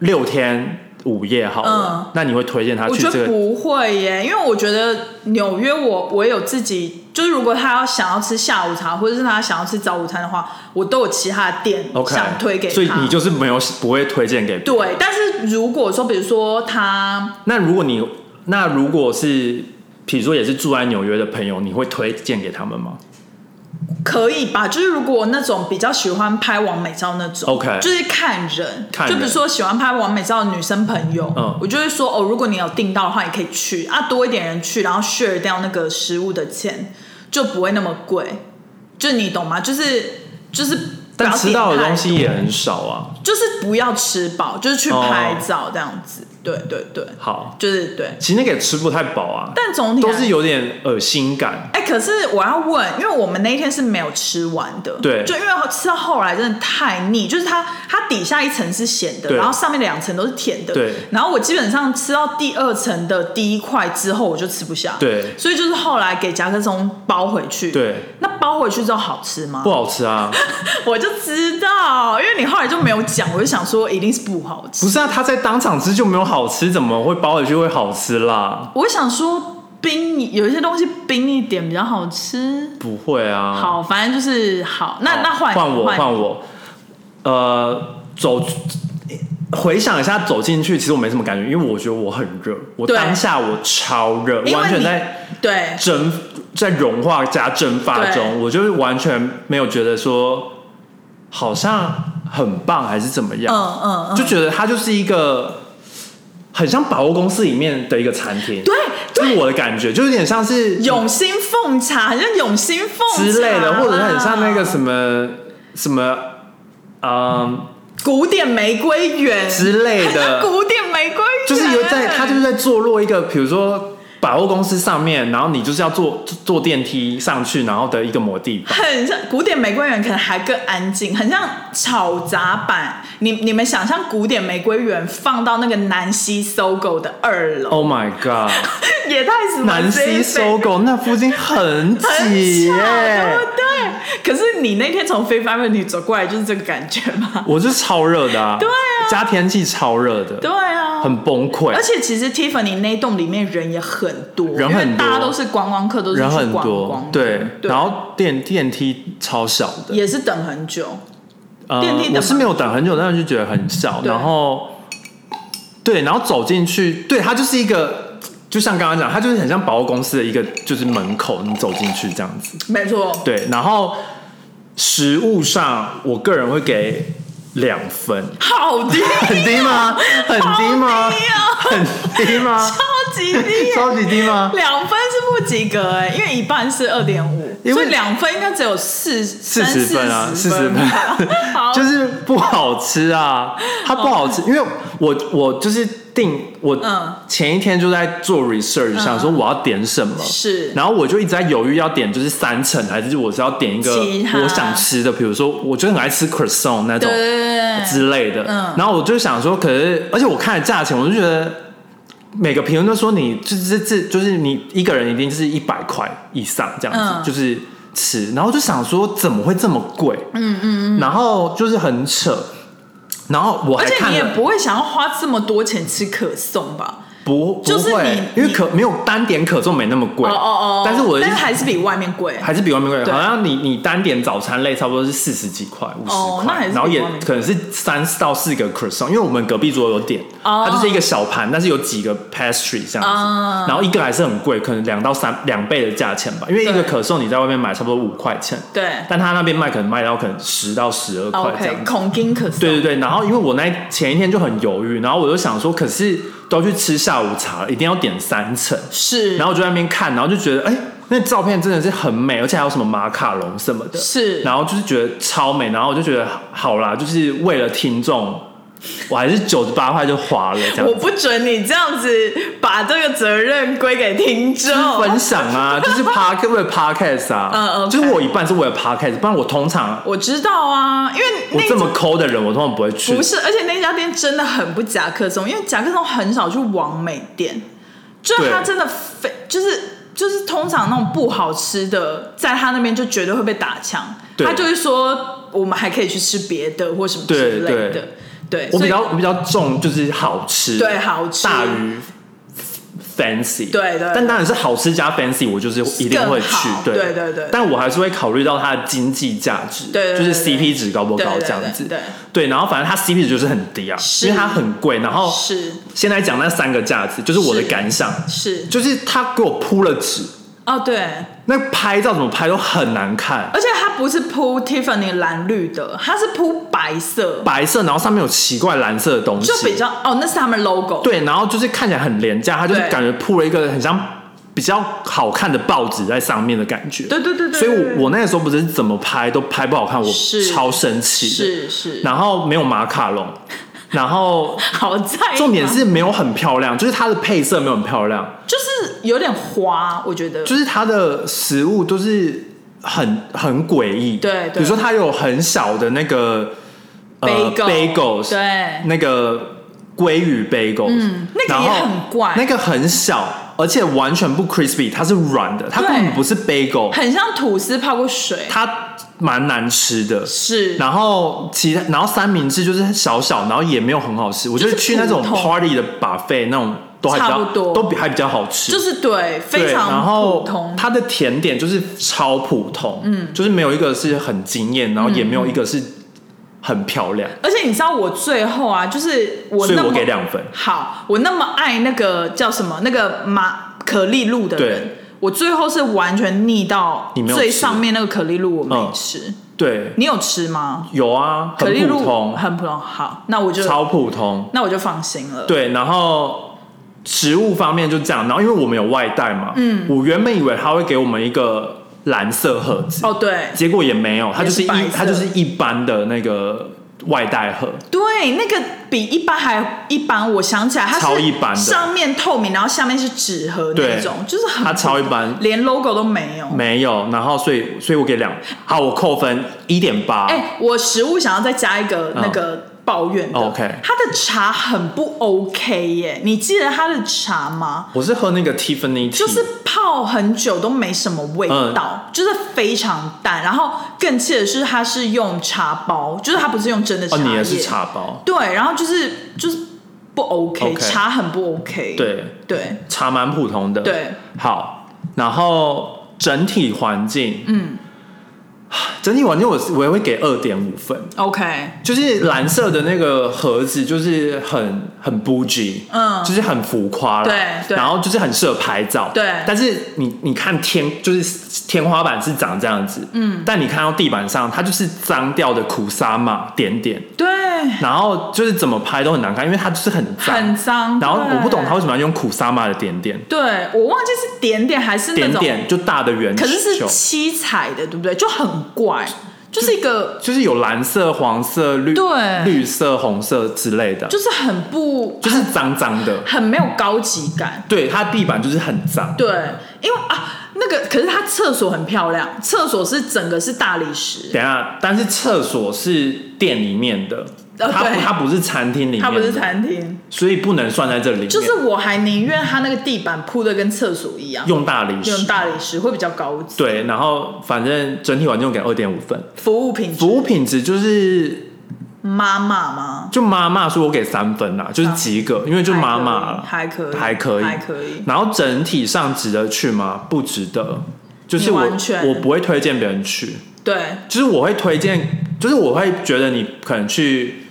六天五夜好了，那你会推荐他嗯我去觉这得个？不会耶，因为我觉得纽约我我有自己，就是如果他要想要吃下午茶，或者是他想要吃早午餐的话，我都有其他的店 OK，想推给他。所以你就是没有不会推荐给别人对，但是如果说比如说他那如果你那如果是比如说也是住在纽约的朋友，你会推荐给他们吗？可以吧，就是如果那种比较喜欢拍完美照那种 OK 就是看人，看就人比如说喜欢拍完美照的女生朋友，嗯我就会说哦，如果你有订到的话，也可以去啊，多一点人去，然后 share 掉那个食物的钱，就不会那么贵，就你懂吗？就是就是不要点太多，但吃到的东西也很少啊。就是不要吃饱，就是去哦拍照这样子，对对对，好，就是对，其实那个也吃不太饱啊，但总体都来是有点恶心感。哎、可是我要问，因为我们那一天是没有吃完的，对就因为吃到后来真的太腻，就是它它底下一层是咸的，对然后上面两层都是甜的，对然后我基本上吃到第二层的第一块之后，我就吃不下，对所以就是后来给夹克松包回去，，对，那包回去之后好吃吗不？好吃啊。 <laughs> 我就知道，因为你后来就没有讲，我就想说一定是不好吃，不是啊，他在当场吃就没有好吃，怎么会包回去会好吃啦？我想说。冰有一些东西冰一点比较好吃，不会啊。好，反正就是好。那好那哦换换我换换我，呃，走。回想一下走进去，其实我没什么感觉，因为我觉得我很热，我对当下我超热，因为完全你在对蒸在融化加蒸发中，对我就是完全没有觉得说好像很棒还是怎么样，嗯嗯嗯，就觉得它就是一个很像百货公司里面的一个餐厅，对这对，是我的感觉，就有点像是永兴奉茶，很像永兴奉茶之类的，啦或者是很像那个什么什么，啊嗯古典玫瑰园之类那的，古典玫瑰园就是有啊在它就是在坐落一个，比如说百货公司上面，然后你就是要坐坐电梯上去，然后的一个摩地板。很像古典玫瑰园，可能还更安静，很像炒杂版。你你们想象古典玫瑰园放到那个南西搜狗的二楼， Oh my <laughs> god！也太什么南西搜狗那附近很很挤耶、巧对不对？可是你那天从非 i 问你走过来，就是这个感觉吗？我是超热的啊，对啊加天气超热的，对啊，很崩溃而。且其实 Tiffany 那栋里面人也很多，人很多因为大家都是观光客，都是人去很观多光，的对，对然后电电梯超小的，也是等很久。呃电梯等吗我是没有等很久，但是就觉得很小。对然后，对，然后走进去，对，它就是一个，就像刚刚讲，它就是很像百货公司的一个，就是门口你走进去这样子。没错，对，然后食物上，我个人会给两 <laughs> 分，好低，啊很低吗？很低吗？好低哦很低吗？，超级低 <laughs> 超级低吗？两分是不及格哎、因为一半是二点五，因为所以两分应该只有四四40分啊四十40分吧 <laughs> 好，啊 <laughs> 哦就是不好吃啊，它不好吃，因为我我就是定我嗯前一天就在做 research，、想说我要点什么，是然后我就一直在犹豫要点就是三层，还是我是要点一个其他我想吃的，比如说我就很爱吃 croissant 那种对对对，之类的，嗯然后我就想说，可是而且我看了价钱，我就觉得。每个评论都说你就是这就是你一个人一定就是一百块以上这样子，嗯就是吃，然后就想说怎么会这么贵？嗯嗯，嗯然后就是很扯，然后我还而且看你了也不会想要花这么多钱吃可颂吧？不就是不会你，因为可没有单点可颂没那么贵哦哦哦，但是我的但还是比外面贵，还是比外面贵，对好像你你单点早餐类差不多是四十几块、五哦十那还块，是然后比也外面贵可能是三到四个 croissant，因为我们隔壁桌有点，哦它就是一个小盘，但是有几个 pastry 这样啊子，然后一个还是很贵，可能两到三两倍的价钱吧，因为一个对可颂你在外面买差不多五块钱，对但他那边卖可能卖到可能十到十二块这样，OK，子。孔金可颂，对对对，然后因为我那前一天就很犹豫，然后我就想说，可是都要去吃下午茶了，一定要点三层，是，然后我就在那边看，然后就觉得，哎，那照片真的是很美，而且还有什么马卡龙什么的，是然后就是觉得超美，然后我就觉得好啦，就是为了听众，我还是九十八块就花了这我样。不准你这样子把这个责任归给听众，分享啊，就是 park 为了 podcast 啊， <laughs> 嗯，OK 就是我一半是为了 podcast，不然我通常我知道啊，因为我那这么抠的人，我通常不会去不。是，而且那家店真的很不夹克松，因为夹克松很少去往美店，就是对它真的非就是就是通常那种不好吃的，在他那边就绝对会被打枪，对他就会说我们还可以去吃别的或什么之类对的对，对，我所比以较我比较重就是好吃，对好吃大于 fancy，对对但当然是好吃加 fancy，我就是一定会去更好，对对对对但我还是会考虑到它的经济价值，对对对就是对 CP 值高不对高对这样子，对对对然后反正它 CP 值就是很低啊，是因为它很贵。然后是现在讲那三个价值，就是我的是感想，是就是它给我铺了纸，哦对，那拍照怎么拍都很难看，而且它不是铺 Tiffany 蓝绿的，它是铺白色，白色，然后上面有奇怪蓝色的东西，就比较哦那是他们 logo，对，然后就是看起来很廉价，它就是对感觉铺了一个很像比较好看的报纸在上面的感觉。对对对对，所以对我我那个时候不是怎么拍都拍不好看，我是超生气的。是是，然后没有马卡龙，然 <laughs> 后好在意重点吗是没有很漂亮，就是它的配色没有很漂亮，就是有点花，我觉得就是它的食物都是很很诡异。对对比如说它有很小的那个呃 Bagel， bagels，对那个鲑鱼 bagel，嗯那个也很怪那个很小，而且完全不 crispy，它是软的，它对根本不是 bagel，很像吐司泡过水，它蛮难吃的。是然后其他，然后三明治就是小小，然后也没有很好吃。我觉得就是去那种普通 party 的 buffet 那种都还比差较不多都比还比较好吃。就是对非对然常后普通，它的甜点就是超普通，嗯，就是没有一个是很惊艳，然后也没有一个是很漂亮，而且你知道我最后啊，就是我所以那么我给两分。好，我那么爱那个叫什么那个马可丽露的人对，我最后是完全腻到你没有最吃上面那个可丽露我没嗯吃，对，你有吃吗？有啊，可很丽普露通，很普通，好，那我就超普通。那我就放心了。对，然后食物方面就这样，然后因为我们有外带嘛，嗯，我原本以为他会给我们一个蓝色盒子，哦，对结果也没有，它就是也是白一色它就是一般的那个外带盒，对，那个比一般还一般，我想起来，它是超一般的上面透明，然后下面是纸盒那对种，就是很它超一般，连 logo 都没有。没有，然后所以所以我给两，好，我扣分一点八，哎、我食物想要再加一个嗯那个抱怨的、 OK 它的茶很不 OK 耶，你记得它的茶吗？我是喝那个哦 Tiffany，tea 就是泡很久都没什么味道，嗯就是非常淡。然后更气的是，它是用茶包，就是它不是用真的茶哦，叶。你也是茶包，对，然后就是就是不 OK，, OK 茶很不 OK。对，对茶蛮普通的，，对，好，然后整体环境，嗯 <sighs> 整体环境我是我也会给二点五分， ，OK，就是蓝色的那个盒子，就是很很 bougie，嗯就是很浮夸啦对对然后就是很适合拍照，对但是你你看天，就是天花板是长这样子，嗯，但你看到地板上，它就是脏掉的苦沙嘛点 <laughs> 点，对，然后就是怎么拍都很难看，因为它就是很脏，很脏。然后对我不懂他为什么要用苦沙嘛的点点，对我忘记是点点还是那点种，点就大的圆球，可是是七彩的，对不对？就很怪，就是一个就是有蓝色、黄色、绿、对绿色、红色之类的，就是很不就是脏脏的。很没有高级感。对，它地板就是很脏。对，因为啊，那个可是它厕所很漂亮，厕所是整个是大理石，等一下，但是厕所是店里面的，呃它不对它不是餐厅里面，它不是，餐厅。所以不能算在这里面。就是我还宁愿它那个地板铺的跟厕所一样，用大理石，用大理石会比较高级。对，然后反正整体环境给二点五分，服务品质，服务品质就是妈妈吗？就妈妈说我给三分啦，就是及格，因为就妈妈了，还可以，还可以，还可以。然后整体上值得去吗？不值得，就是我你完全我不会推荐别人去，对，就是我会推荐，就是我会觉得你可能去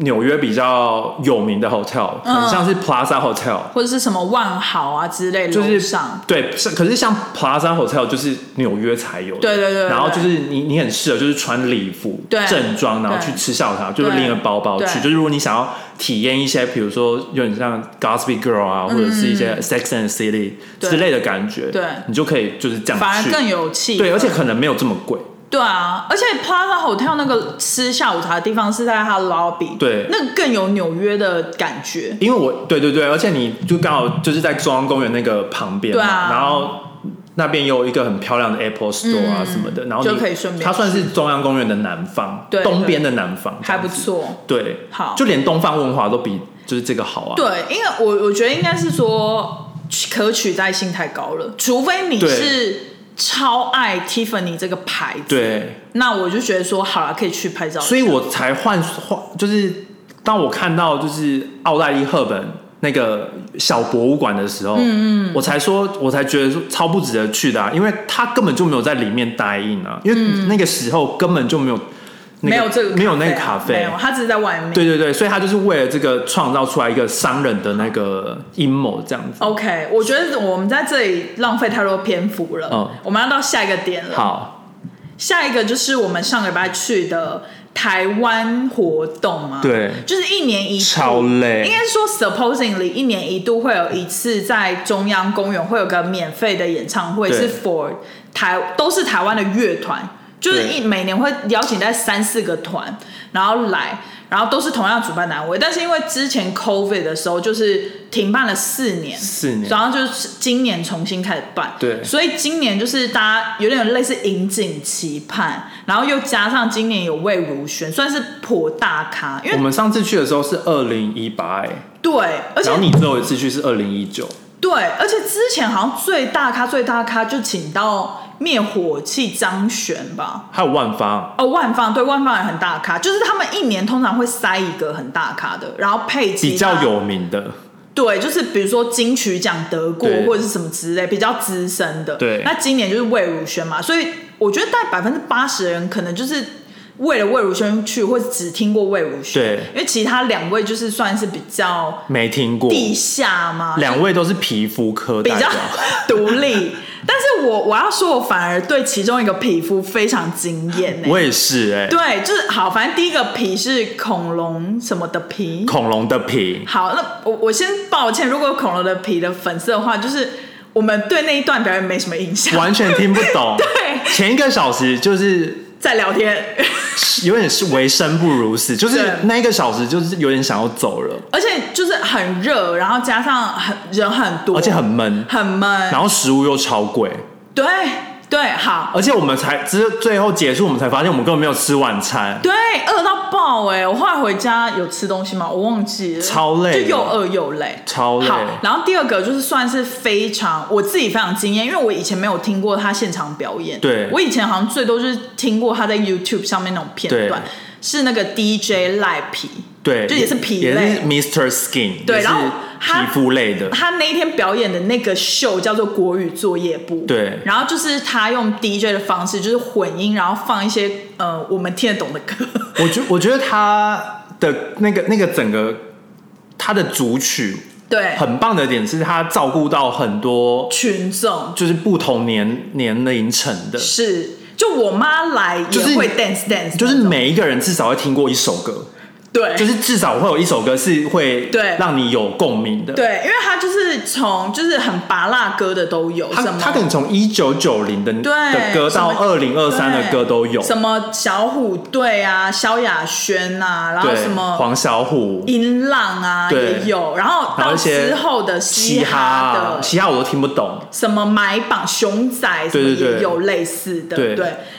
纽约比较有名的 hotel，、嗯很像是 Plaza Hotel，或者是什么万豪啊之类，就是楼上对，是可是像 Plaza Hotel 就是纽约才有的，对对对对然后就是你你很适合就是穿礼服、对正装，然后对去吃下午茶，就是对拎个包包去。对就是如果你想要体验一些，比如说有点像 Gossip Girl 啊，或者是一些 Sex and the City 嗯对之类的感觉，对你就可以就是这样去。反而更有气氛。对，而且可能没有这么贵。对啊，而且 Plaza Hotel 那个吃下午茶的地方是在它 lobby，对那更有纽约的感觉。因为我对对对，而且你就刚好就是在中央公园那个旁边嘛，对啊然后那边有一个很漂亮的 Apple Store 啊什么的，然后你嗯就可以顺便它算是中央公园的南方，对东边的南方，还不错，对，好就连东方文华都比就是这个好啊，对，因为我我觉得应该是说可取代性太高了，除非你对是超爱 Tiffany 这个牌子，，对，那我就觉得说好了，可以去拍照。所以我才换换，就是当我看到就是奥黛丽赫本那个小博物馆的时候，嗯嗯，我才说，我才觉得说超不值得去的、啊，因为他根本就没有在里面待应啊，因为那个时候根本就没有、那没有这个没有那个咖咖啡啊，啡没有，。他只是在外面。对对对，所以他就是为了这个创造出来一个商人的那个阴谋，这样子。 OK，我觉得我们在这里浪费太多篇幅了。嗯我们要到下一个点了。，好，下一个就是我们上个礼拜去的台湾活动嘛。对就是一年一度超累应该是说，supposingly 一年一度会有一次在中央公园会有个免费的演唱会，对是 for 台都是台湾的乐团，就是一对每年会邀请在三四个团，然后来，然后都是同样主办单位，但是因为之前 COVID 的时候就是停办了四年，四年然后就是今年重新开始办，对所以今年就是大家有点类似引颈期盼，然后又加上今年有魏如萱，算是颇大咖，因我为们上次去的时候是二零一八，哎，对，而且然后你最后一次去是二零一九，对，而且之前好像最大咖最大咖就请到灭火器张悬吧。还有万方，哦，万方对万方也很大咖，就是他们一年通常会塞一个很大咖的，然后配其比较他有名的，对，就是比如说金曲奖得过对或者是什么之类比较资深的，对那今年就是魏如萱嘛，所以我觉得大概百分之八十的人可能就是为了魏如萱去，或者只听过魏如萱，对因为其他两位就是算是比较没听过。地下嘛，两位都是皮肤科比代较表， <laughs> 独立。但是我我要说，我反而对其中一个皮肤非常惊艳 <laughs> 呢、我也是哎、对，就是好，反正第一个皮是恐龙什么的皮，恐龙的 <laughs> 皮，好，那我我先抱歉，如果有恐龙的皮的粉丝的话，就是我们对那一段表演没什么印象，完全听不懂。 <laughs> 对前一个小时就是在聊天， <laughs> 有点是为生不如死，就是对那一个小时就是有点想要走了，而且就是很热，然后加上很人很多，而且很闷，很闷，然后食物又超贵，对对，好，而且我们才之最后结束，我们才发现我们根本没有吃晚餐。对，饿到爆哎、我后来回家有吃东西吗？我忘记了，超累的就又饿又累，超累好，然后第二个就是算是非常我自己非常惊艳，因为我以前没有听过他现场表演。对我以前好像最多就是听过他在 YouTube 上面那种片段对，是那个 DJ 赖皮。对，就也是皮也类是 Mr. Skin，对也是然后它皮肤类的，他那一天表演的那个秀叫做国语作业部，对然后就是他用 DJ 的方式，就是混音，然后放一些呃我们听得懂的歌， <laughs> 我觉我觉得他的那个那个整个他的主曲对，很棒的点是，他照顾到很多群众就是不同年年龄层的，是，就我妈来就是也会 dance dance，就是那种每一个人至少会听过一首歌，对，就是至少会有一首歌是会对让你有共鸣的。，对，因为他就是从就是很拔辣歌的都有，他什么他可能从一九九零的对的歌到什么二零二三的歌都有，什么小虎队啊、萧亚轩啊，然后对，什么黄小虎、音浪啊对也有，然后然后到一些之后的嘻嘻哈哈啊，的嘻哈我都听不懂。什么买榜熊仔什么对对对也有类似的，对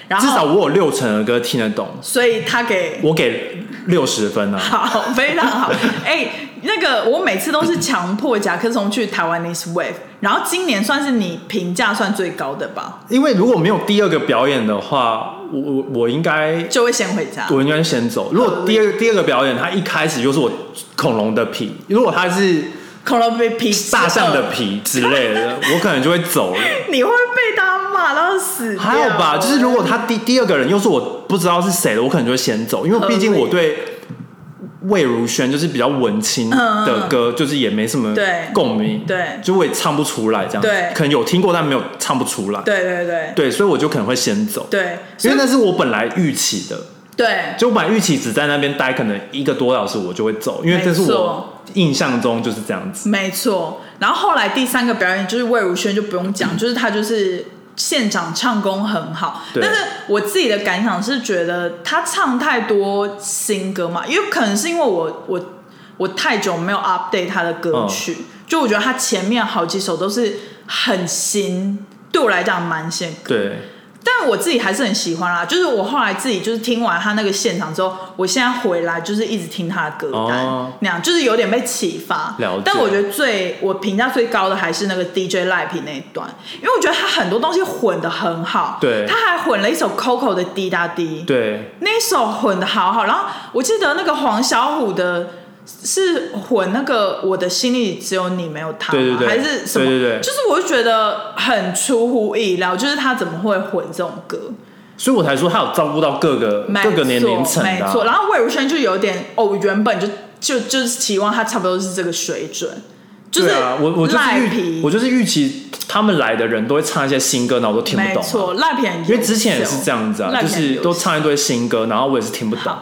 然至少我后有六成的歌听得懂，所以他给我给六十分啊。好，非 <laughs> 常好。哎、那个我每次都是强迫甲壳虫去台湾 i s Wave，然后今年算是你评价算最高的吧，因为如果没有第二个表演的话，我我我应该就会先回家。我应该先走。如果第二第二个表演，他一开始就是我恐龙的皮，如果他是恐龙被皮大象的，皮之类的，我可能就会走了。你会被他骂到死掉。还好吧，就是如果他第第二个人又是我不知道是谁的，我可能就会先走，因为毕竟合理我对魏如萱就是比较文青嗯的歌，就是也没什么对共鸣，对就我也唱不出来这样，对可能有听过但没有唱不出来，对对对对，所以我就可能会先走，对，因所以为那是我本来预期的，对就我本来预期只在那边待可能一个多小时，我就会走，因为这是没我错印象中就是这样子，没错，然后后来第三个表演就是魏如萱，就不用讲，嗯就是她就是现场唱功很好。对但是我自己的感想是觉得她唱太多新歌嘛，因为可能是因为我我我太久没有 update 她的歌曲，嗯就我觉得她前面好几首都是很新，对我来讲蛮新的歌。对，但我自己还是很喜欢啦，就是我后来自己就是听完他那个现场之后，我现在回来就是一直听他的歌单，哦那样就是有点被启发了解。但我觉得最我评价最高的还是那个 DJ 赖皮那一段，因为我觉得他很多东西混的很好，对他还混了一首 Coco 的滴答滴，对，那一首混的好好，然后我记得那个黄小虎的。是混那个我的心里只有你没有他吗，对对对还是什么？对对对就是我就觉得很出乎意料，就是他怎么会混这种歌？所以我才说他有照顾到各个没各错，个年龄层的没啊、错。然后魏如萱就有点哦，原本就就就是期望他差不多是这个水准，就是对啊，我我就是赖预皮，我就是预期他们来的人都会唱一些新歌，然后我都听不没懂、啊错，赖皮很优秀，因为之前也是这样子啊，赖就皮很优是秀都唱一堆新歌，然后我也是听不懂。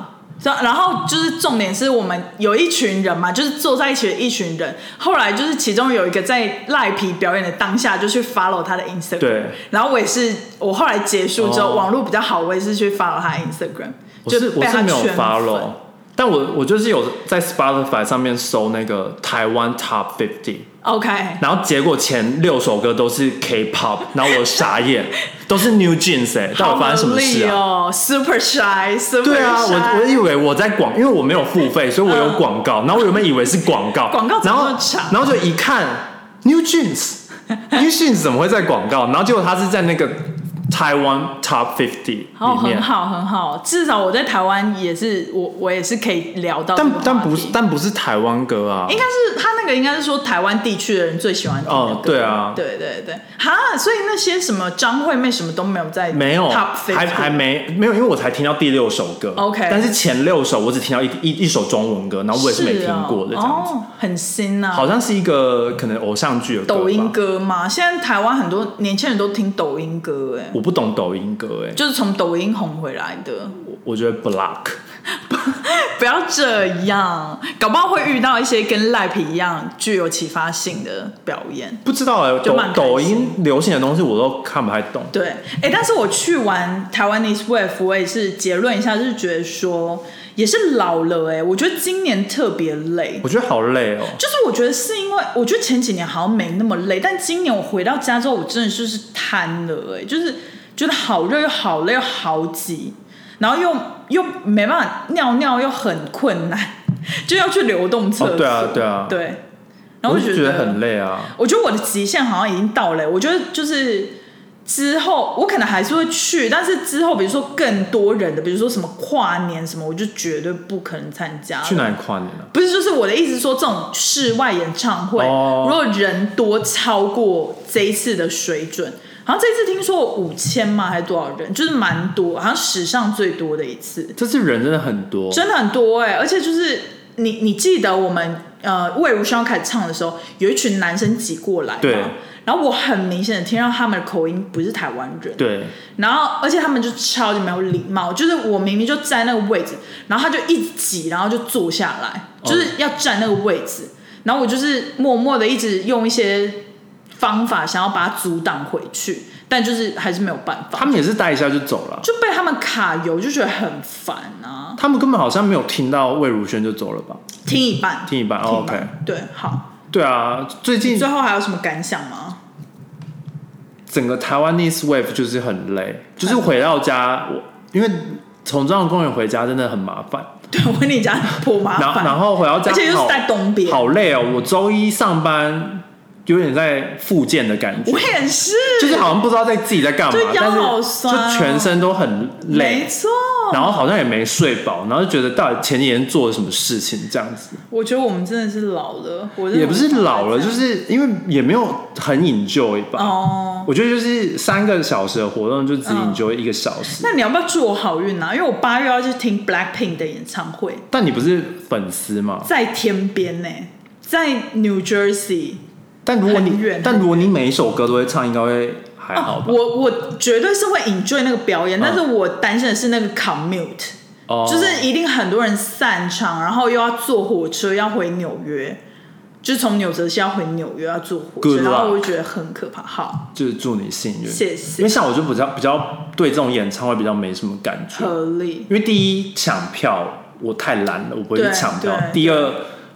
然然后就是重点是我们有一群人嘛，就是坐在一起的一群人。后来就是其中有一个在赖皮表演的当下就去 follow 他的 Instagram，对然后我也是，我后来结束之后，哦网络比较好，我也是去 follow 他的 Instagram，我就是我被是他没有圈粉 follow，但我我就是有在 Spotify 上面搜那个台湾 Top 50， OK，然后结果前六首歌都是 K-pop，然后我傻 <laughs> 眼，都是 New Jeans 哎、但我发生什么事啊？好合理哦？Super shy，Super 对啊，我 shy 我以为我在广，因为我没有付费，所以我有广告。然后我原本以为是广告，嗯广告怎然么后那么长然后就一看 New <laughs> Jeans，New Jeans 怎么会在广告？然后结果他是在那个台湾 Top Fifty 哦，里面很，好很好，至少我在台湾也是，我我也是可以聊到这个但话但题，不是但不是台湾歌啊应，该是他那个应该是说台湾地区的人最喜欢听的歌哦对啊对对对，哈，所以那些什么张惠妹什么都没有在没有， top 还50还没没有，因为我才听到第六首歌 OK 但是前六首我只听到一一一首中文歌，然后我也是没听过的是这哦样子，哦，很新呐、好像是一个可能偶像剧的歌吧抖音，歌嘛，现在台湾很多年轻人都听抖音歌，哎，我不懂抖音歌哎、就是从抖音红回来的。 <laughs> 我我觉得 Block。不要这样，搞不好会遇到一些跟赖皮一样具有启发性的表演。不知道哎、就抖蛮开心抖音流行的东西我都看不太懂。对，哎、但是我去玩台湾 Is Wave，我也是结论一下，就是觉得说也是老了哎、我觉得今年特别累。我觉得好累哦、就是我觉得是因为，我觉得前几年好像没那么累，但今年我回到家之后，我真的就是瘫了、哎，就是觉得好热又好累又好挤，然后又又没办法尿尿又很困难， <laughs> 就要去流动厕所、哦对啊对啊对，然后我就就觉觉得得很累啊。我觉得我的极限好像已经到了、欸我觉得就是之后我可能还是会去，但是之后比如说更多人的，比如说什么跨年什么，我就绝对不可能参加了。去哪里跨年啊？不是，就是我的意思说，这种室外演唱会，哦如果人多超过这一次的水准，好像这一次听说五千嘛，还是多少人，就是蛮多，好像史上最多的一次，这次人真的很多，真的很多哎、而且就是你，你记得我们呃魏如萱要开始唱的时候，有一群男生挤过来嘛，对然后我很明显的听到他们的口音不是台湾人，对，然后而且他们就超级没有礼貌，就是我明明就站那个位置，然后他就一直挤，然后就坐下来，就是要站那个位置，然后我就是默默的一直用一些方法想要把它阻挡回去，但就是还是没有办法，他们也是带一下就走了，啊就被他们卡油，就觉得很烦啊，他们根本好像没有听到魏如萱就走了吧？听一半，听一半听哦，OK，对，好，对啊，最你近最后还有什么感想吗？ <laughs> 整个台湾 Nice Wave 就是很累，就是回到家，我因为从中央公园回家真的很麻烦，对，我跟你讲，颇麻然后烦，然后回到家而好，且又是在东边，好累哦，我周一上班有点在复健的感觉，我也是，就是好像不知道在自己在干嘛就腰，但是好酸哦就全身都很累没，错。然后好像也没睡饱，然后就觉得到底前几天做了什么事情这样子，我觉得我们真的是老了，我真的也不是老了，没办法就再是因为也没有很 enjoy 吧。嗯啊哦。我觉得就是三个小时的活动就只嗯 enjoy 一个小时，那你要不要祝我好运啊？因为我八月要去听 Blackpink 的演唱会，但你不是粉丝嘛？在天边呢、在 New Jersey。但如果很你远哦但如果你每一首歌都会唱，应该会还好吧？我我绝对是会 enjoy 那个表演，嗯但是我担心的是那个 commute，、哦就是一定很多人散场，然后又要坐火车要回纽约，就是从纽泽西要回纽约要坐火车 Good 然后 luck 我就觉得很可怕。好，就是祝你幸运，谢因谢为像我就比较比较对这种演唱会比较没什么感觉，合理。因为第一抢票我太懒了，我不会去对抢票对；第二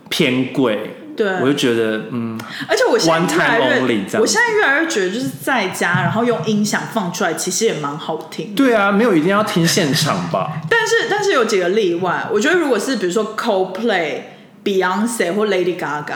偏贵，对我就觉得嗯，而且我现在 One 越 time 来越 only 这样子我现在越来越觉得，就是在家，然后用音响放出来，其实也蛮好听。对啊，没有一定要听现场吧？但是，但是有几个例外，我觉得如果是比如说 Coldplay、Beyonce 或 Lady Gaga，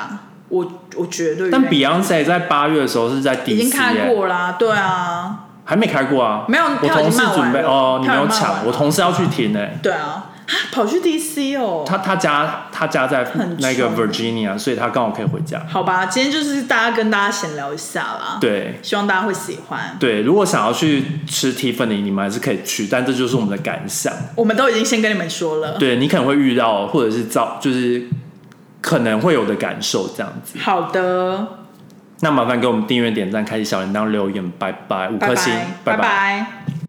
我我绝 <laughs> 对但愿意 Beyonce 在八月的时候是在 DC，已经开耶过啦，对啊，还没开过啊？没有我票已同经事卖完准备了哦，你没有票已经卖完抢，了我同事要去听诶、对啊，啊跑去 DC 哦。他他家他家在很那个穷 Virginia，所以他刚好可以回家。好吧，今天就是大家跟大家闲聊一下啦，，对希望大家会喜欢。对，如果想要去吃 Tiffany，你们还是可以去，但这就是我们的感想。我们都已经先跟你们说了，对你可能会遇到，或者是造，就是可能会有的感受这样子。好的，那麻烦给我们订阅、点赞、开启小铃铛、留言，拜拜，五拜颗星拜，，拜拜拜